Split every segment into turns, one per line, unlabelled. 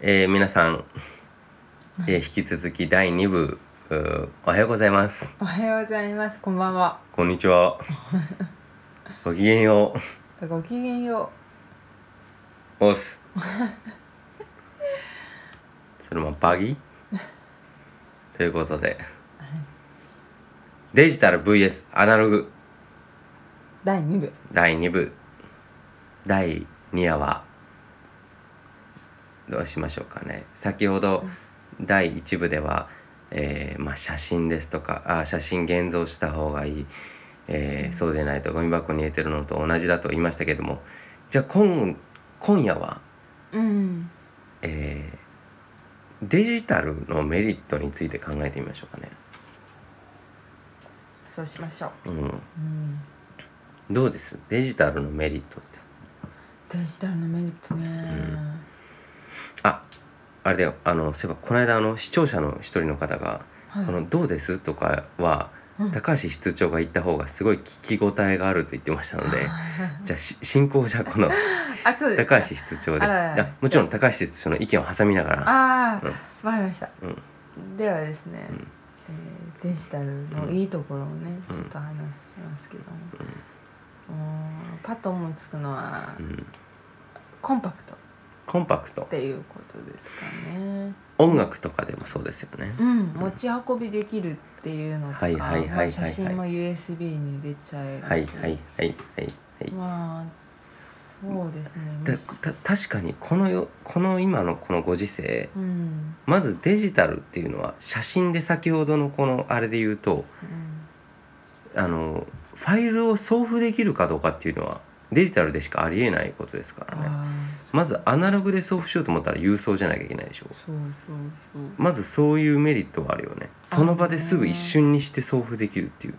えー皆さん、えー引き続き第2部うーおはようございます
おはようございます。こんばんは。
こんにちはごきげんよ
ごきげんよ
うおっすそれもバギということでデジタル VS アナログ
う。第2部。
第2部第2夜はどうしましょうかね先ほど第1部では、えーまあ、写真ですとかあ写真現像した方がいい、えーそうでないとゴミ箱に入れてるのと同じだと言いましたけどもじゃあ今今夜は、
うん。
えーデジタルのメリットについて考えてみましょうかね。
そうしましょう。
うん、
うん。
どうですデジタルのメリットって
デジタルのメリットね、
ああれだよあのそういえばこの間あの視聴者の一人の方が「
はい
このどうです?」とかは、
うん
高橋室長が言った方がすごい聞き応えがあると言ってましたので じゃあし進行者 この
あ、そうです。
高橋。室長で
あららら
いやもちろん高橋室長の意見を挟みながら
ああ、
うん
わ、かりました。
うん
ではですね、
うん
えーデジタルのいいところをね、
うん
ちょっと話しますけども。うーんパッと思いつくのは、
うん
コンパクトっ
コンパクト
ていうことですかね。
音楽とかでもそうですよね。
うん、持ち運びできるっていうのとか、
はいはいはいはいはい
まあ写真も USB に入れちゃえるし、
はいはいはいはいはい。
まあそうですね
だた確かにこのよこの今のこのご時世
うん、うん
まずデジタルっていうのは写真で先ほどのこのあれで言うとあのファイルを送付できるかどうかっていうのはデジタルでしかありえないことですからね
あ
まずアナログで送付しようと思ったら郵送じゃなきゃいけないでしょ
あそうそうそう
まずそういうメリットはあるよねその場ですぐ一瞬にして送付できるっていう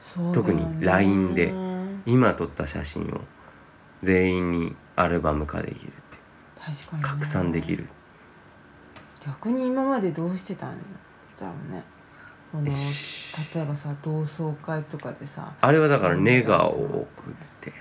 そう
特に
だよね
LINE で今撮った写真を全員にアルバム化できるっていう
確かにね
拡散できる
逆に今までどうしてたんだろうねこの
よし
例えばさ同窓会とかでさ
あれはだからネガを送って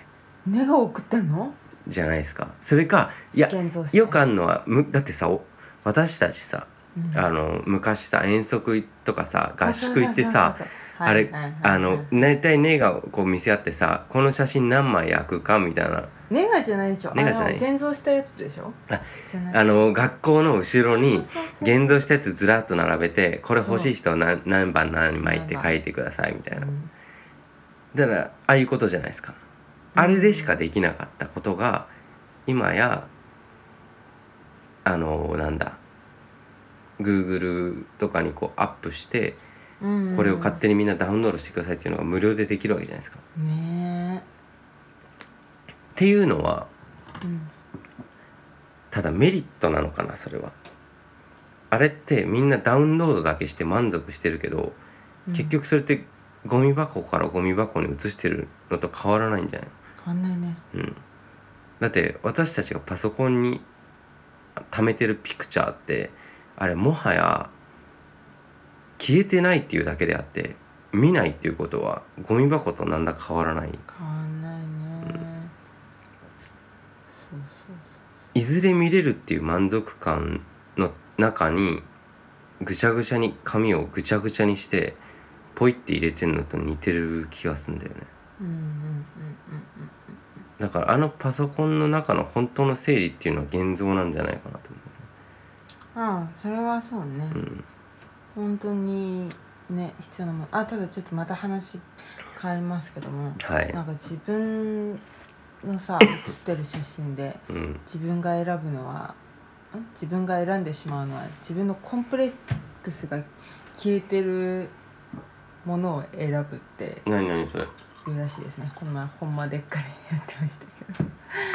根が送ってんの
じゃないですかそれかいや
現像して
よくあんのはむだってさお私たちさ
うん
あの昔さ遠足とかさ合宿行ってさ
そうそうそうそう
あれ
はいはいはい
あの大体ネガをこう見せ合ってさこの写真何枚焼くかみたいな
ネガじゃないでしょ
ネガじゃない
あの現像したやつでしょ
あ
じゃない
あの学校の後ろに
そうそうそう
現像したやつずらっと並べてこれ欲しい人は何何番何枚って書いてくださいみたいな
うん
だからああいうことじゃないですかあれでしかできなかったことが今やあのなんだ Google とかにこうアップして
うん
これを勝手にみんなダウンロードしてくださいっていうのが無料でできるわけじゃないですか。
ね
っていうのは
え、うん、
ただメリットなのかなそれは。あれってみんなダウンロードだけして満足してるけど
うん
結局それってゴミ箱からゴミ箱に移してるのと変わらないんじゃない
変わんないね
うん、だって私たちがパソコンに貯めてるピクチャーってあれもはや消えてないっていうだけであって見ないっていうことはゴミ箱と何ら変わらない
変わんないね、そうそう
いずれ見れるっていう満足感の中にぐちゃぐちゃに紙をぐちゃぐちゃにしてポイって入れてるのと似てる気がするんだよね
そううんうんうんうん
だからあのパソコンの中の本当の整理っていうのは現像なんじゃないかなと思
ああそれはそうね、
う、うん、
本当にね必要なものあただちょっとまた話変わりますけども
はい
なんか自分のさ写ってる写真で
うん
自分が選ぶのはん自分が選んでしまうのは自分のコンプレックスが消えてるものを選ぶって
何何それ
いうらしいですねこんなほんまでっかでやってましたけど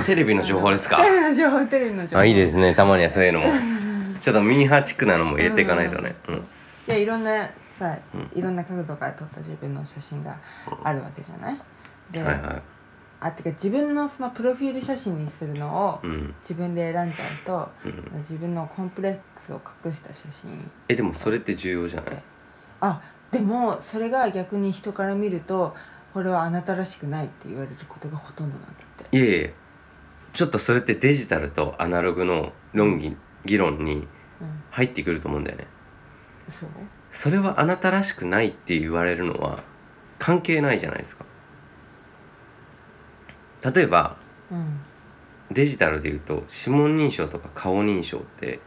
テレビの情報ですか
テレビの 情報テレビの情 報
あいいですねたまにはそういうのも ちょっとミーハーチックなのも入れていかないとねうん
いやいろんなさ
う
いろんな角度から撮った自分の写真があるわけじゃないで、
はいはい
あてか自分のそのプロフィール写真にするのを
うん
自分で選んじゃうと
うん
自分のコンプレックスを隠した写真
えでもそれって重要じゃない
あでもそれが逆に人から見るとこれはあなたらしくないって言われることがほとんどなんだって
いえいえちょっとそれってデジタルとアナログの論議議論に
うん、
入ってくると思うんだよね
そう
それはあなたらしくないって言われるのは関係ないじゃないですか例えば
うん
デジタルで言うと指紋認証とか顔認証って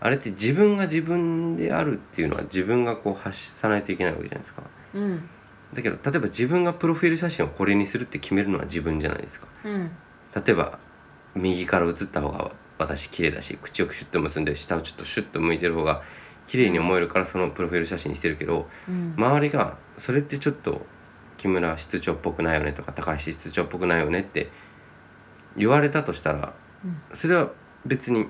あれって自分が自分であるっていうのは自分がこう発さないといけないわけじゃないですか
うん
だけど例えば自分がプロフィール写真をこれにするって決めるのは自分じゃないですか
うん
例えば右から写った方が私綺麗だし口をシュッと結んで下をちょっとシュッと向いてる方が綺麗に思えるからそのプロフィール写真にしてるけど
うん
周りがそれってちょっと木村室長っぽくないよねとか高橋室長っぽくないよねって言われたとしたら
うん
それは別に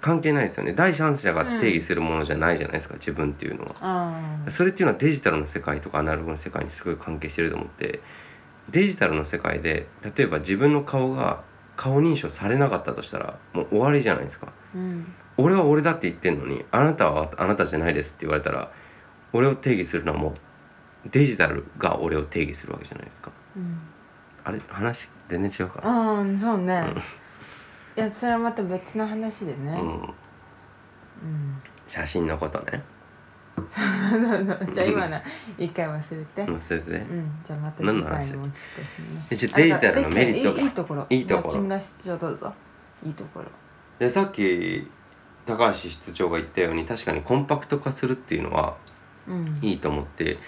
関係ないですよね第三者が定義するものじゃないじゃないですか、自分っていうのは
ああ
それっていうのはデジタルの世界とかアナログの世界にすごい関係してると思ってデジタルの世界で例えば自分の顔が顔認証されなかったとしたらもう終わりじゃないですか
うん
俺は俺だって言ってんのにあなたはあなたじゃないですって言われたら俺を定義するのはもうデジタルが俺を定義するわけじゃないですか
うん
あれ話全然違うか
うんそうねいやそれはまた別の話で
な、
ね
うん、
うん
写真のことね
そうそう じゃあ今の一回忘れて
うんそれで、
うんじゃあまた
何
次
の
回
話
に持ち越しにね
えじゃあデジタルのメリット
あ
が
いいいいところ
いいところ
じゃあ木村室長どうぞいいところ
でさっき高橋室長が言ったように確かにコンパクト化するっていうのは
うん
いいと思って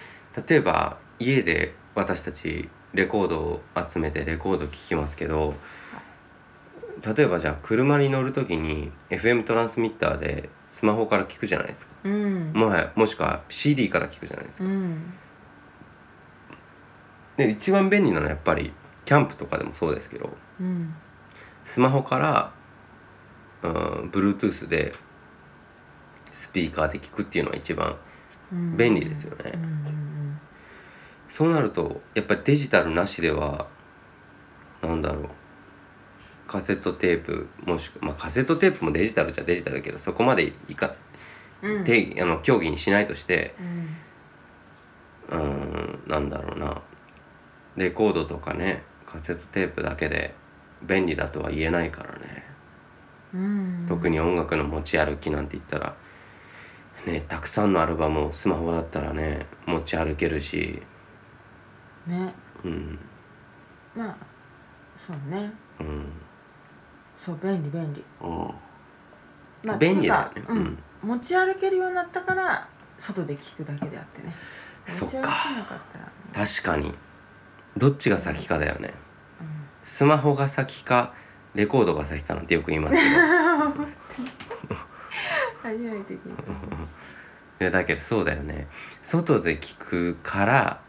例えば家で私たちレコードを集めてレコード聴きますけど例えばじゃあ車に乗る時に FM トランスミッターでスマホから聞くじゃないですか
うん
もはやもしくは CD から聞くじゃないです
う
か、
ん
で一番便利なのはやっぱりキャンプとかでもそうですけど
うん
スマホから、うん、Bluetooth でスピーカーで聞くっていうのは一番
うん
便利ですよね
うんうん
そうなるとやっぱりデジタルなしではなんだろうカセットテープもしくまあカセットテープもデジタルじゃデジタルだけどそこまでいか、
うんうん
定義あの競技にしないとして
うん
うーんなんだろうなレコードとかねカセットテープだけで便利だとは言えないからね
うん
特に音楽の持ち歩きなんて言ったらねたくさんのアルバムをスマホだったらね持ち歩けるし
ね
うん
まあそうね
うん
そう便利便利
うん
まあ
便利だよね
てかう
うんん、
持ち歩けるようになったから外で聞くだけであってね
そ
持
っ
ち
か
歩けなかったら
確かにどっちが先かだよねスマホが先かレコードが先かなんてよく言いますけ ど
初めて聞いた、
いやだけどそうだよね外で聞くから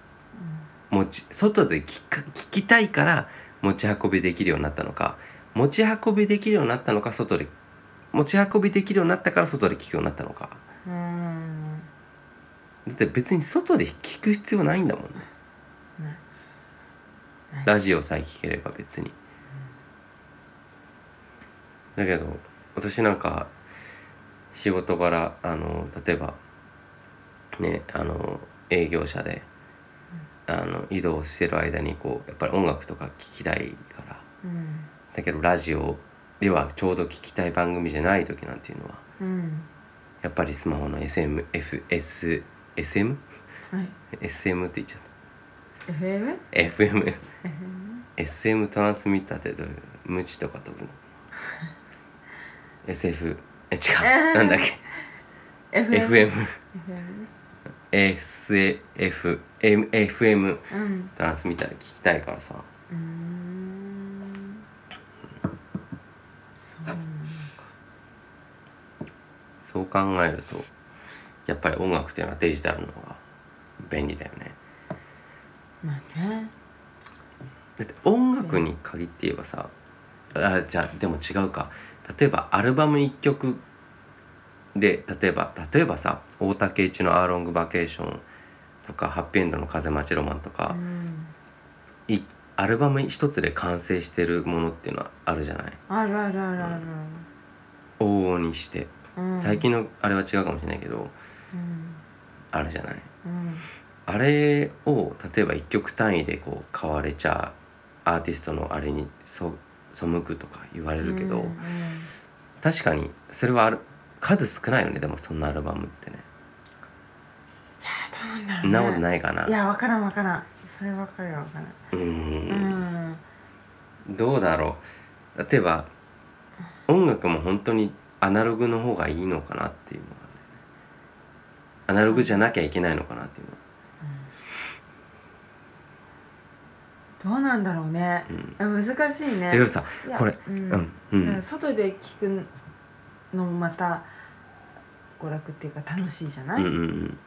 持ち外で聞か聞きたいから持ち運びできるようになったのか持ち運びできるようになったのか外で持ち運びできるようになったから外で聞くようになったのか
うんうん
だって別に外で聞く必要ないんだもんね
ね
ラジオさえ聴ければ別にだけど私なんか仕事柄あの例えばねあの営業者であの移動してる間にこうやっぱり音楽とか聴きたいから
うん
だけどラジオではちょうど聴きたい番組じゃない時なんていうのは
うん
やっぱりスマホの SMFSSM?SM SM?
はい
SM って言っちゃっ
FM?
た FM
FM?
SM トランスミッターってどれ無知とか飛ぶの SF え違うなんだっけ
FM? FM ね
FMSFMFM
うん
トランスミッターで聞きたいからさ
うーんそうなのか
そう考えるとやっぱり音楽っていうのはデジタルの方が便利だよね
まあね
だって音楽に限って言えばさあじゃあでも違うか例えばアルバム1曲で例えば例えばさ大竹一の「アーロングバケーション」とか「ハッピーエンドの風待ちロマン」とか
う、ん
いアルバム一つで完成してるものっていうのはあるじゃない
あるあるあるある
往々にして
ある、うん、
最近のあれは違うかもしれないけど、
うん
あるじゃない
うん
あれを例えば1曲単位でこう買われちゃアーティストのあれにそ背くとか言われるけど、
うんうん
確かにそれはある数少ないよねでもそんなアルバムってね
どうなんだろう、
そ
ね、
んなことないかない
やわからんわからんそればっかりはわからん
うー
うんん
どうだろう例えば音楽も本当にアナログの方がいいのかなっていうのがねアナログじゃなきゃいけないのかなっていうの
どうなんだろうね
うん
あ難しいね
えでもさ
いや
これ
う、
うんんう
だから
ん
外で聞くのもまた娯楽っていうか楽しいじゃな
う
い、
んうんうん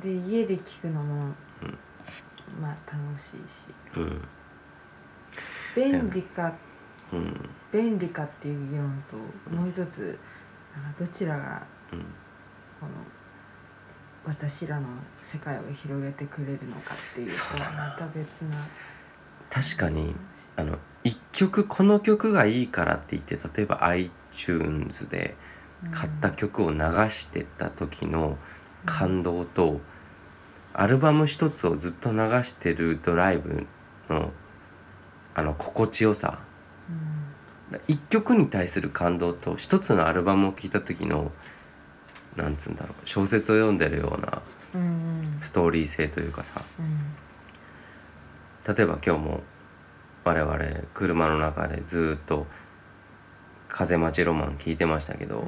で家で聞くの
う
も、
ん
まあ楽しいし
うん
便利か
うん
便利かっていう議論ともう一つなんかどちらが
うん
この私らの世界を広げてくれるのかっていうと
そうだな
また別な
確かにあ
話
の一曲この曲がいいからって言って例えば iTunes で買った曲を流してた時の感動とアルバム一つをずっと流してるドライブのあの心地よさ
うんうん
一曲に対する感動と一つのアルバムを聴いた時のなんつうんだろう小説を読んでるような
うんうん
ストーリー性というかさ
うん
例えば今日も我々車の中でずっと「風待ちロマン」聴いてましたけどやっ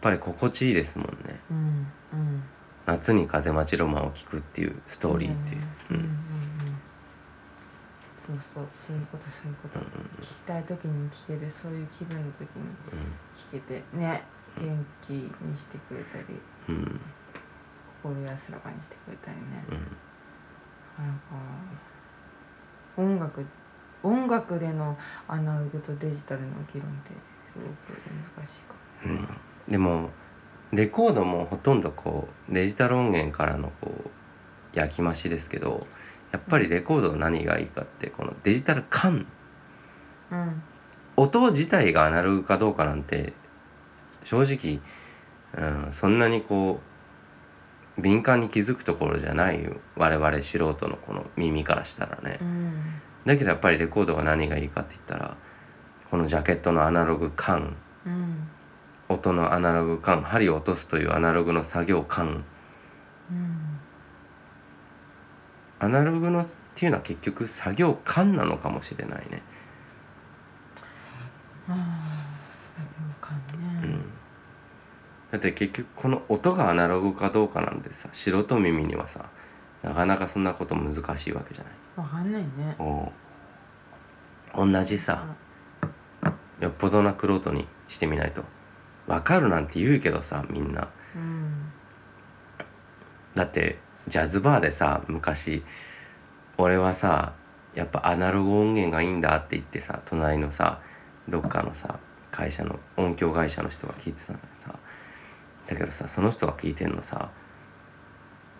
ぱり心地いいですもんね
うんうんうん
夏に「風待ちロマン」を聴くっていうストーリーっていう。
うんうんうんうんそうそうそういうことそういうこと、
うんうん
聞きたい時に聞けるそういう気分の時に聞けてね元気にしてくれたり
うんうん
心安らかにしてくれたりね、
うん
なんか音楽音楽でのアナログとデジタルの議論ってすごく難しいかも
うんでもレコードもほとんどこうデジタル音源からのこう焼き増しですけどやっぱりレコードの何がいいかってこのデジタル感
うん
音自体がアナログかどうかなんて正直、うん、そんなにこう敏感に気づくところじゃないよ我々素人のこの耳からしたらね
う。ん
だけどやっぱりレコードが何がいいかって言ったらこのジャケットのアナログ感
うん
音のアナログ感針を落とすというアナログの作業感
うん
アナログのっていうのは結局作業感なのかもしれないね、
ああ作業感
う
ね
ん、だって結局この音がアナログかどうかなんてさ素人耳にはさなかなかそんなこと難しいわけじゃない
わかんないね
おう同じさよっぽどな玄人にしてみないとわかるなんて言うけどさみんな
うん
だってジャズバーでさ昔俺はさやっぱアナログ音源がいいんだって言ってさ隣のさどっかのさ会社の音響会社の人が聞いてたんだけどさだけどさその人が聞いてんのさ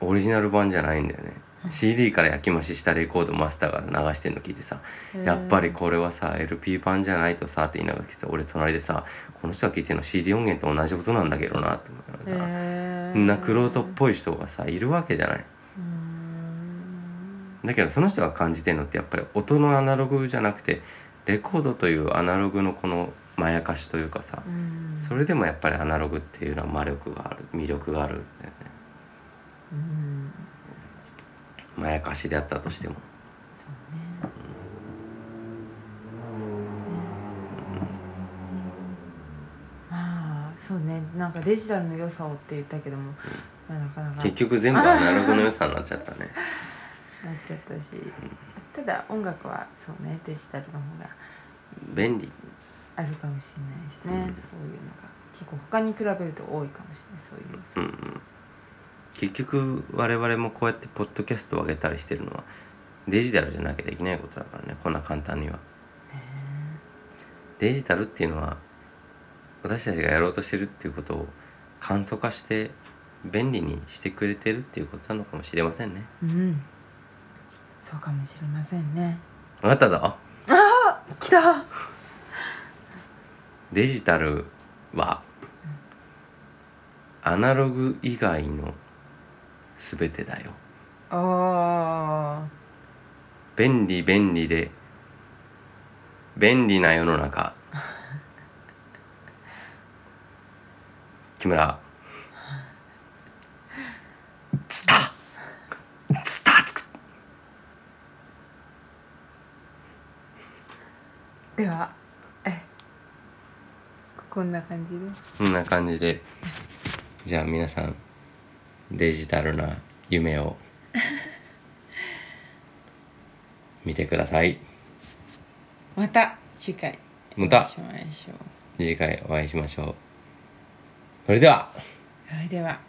オリジナル版じゃないんだよね CD から焼き増ししたレコードマスターが流してんの聞いてさやっぱりこれはさ LP 版じゃないとさって言いながら聞いてた俺隣でさこの人が聞いてんの CD 音源と同じことなんだけどなって思いながらさ、
へ
んなくろうとっぽい人がさいるわけじゃない
うん
だけどその人が感じてるのってやっぱり音のアナログじゃなくてレコードというアナログのこのまやかしというかさ
うん
それでもやっぱりアナログっていうのは魔力がある魅力があるんだよね
うん
まやかしであったとしても
そうねそうねまあそうねなんかデジタルの良さをって言ったけども、まあ、なかなかなっ
結
ち
局全部アナログの良さになっちゃったね
ゃったし、ただ音楽はそうねデジタルの方がいい
便利
あるかもしれないし
うん
ね、そういうのが結構他に比べると多いかもしれないそういうの
うんうん結局我々もこうやってポッドキャストを上げたりしてるのはデジタルじゃなきゃできないことだからねこんな簡単には
ね
デジタルっていうのは私たちがやろうとしてるっていうことを簡素化して便利にしてくれてるっていうことなのかもしれませんね
うんそうかもしれませんね
分かったぞ
来た
デジタルはアナログ以外の全てだよ
おー
便利便利で便利な世の中 木村ツタツタつく
ではえこんな感じです
こんな感じでじゃあ皆さんデジタルな夢を見てください
また次回
また
お会いしましょう
次回お会いしましょうそれでは
はいでは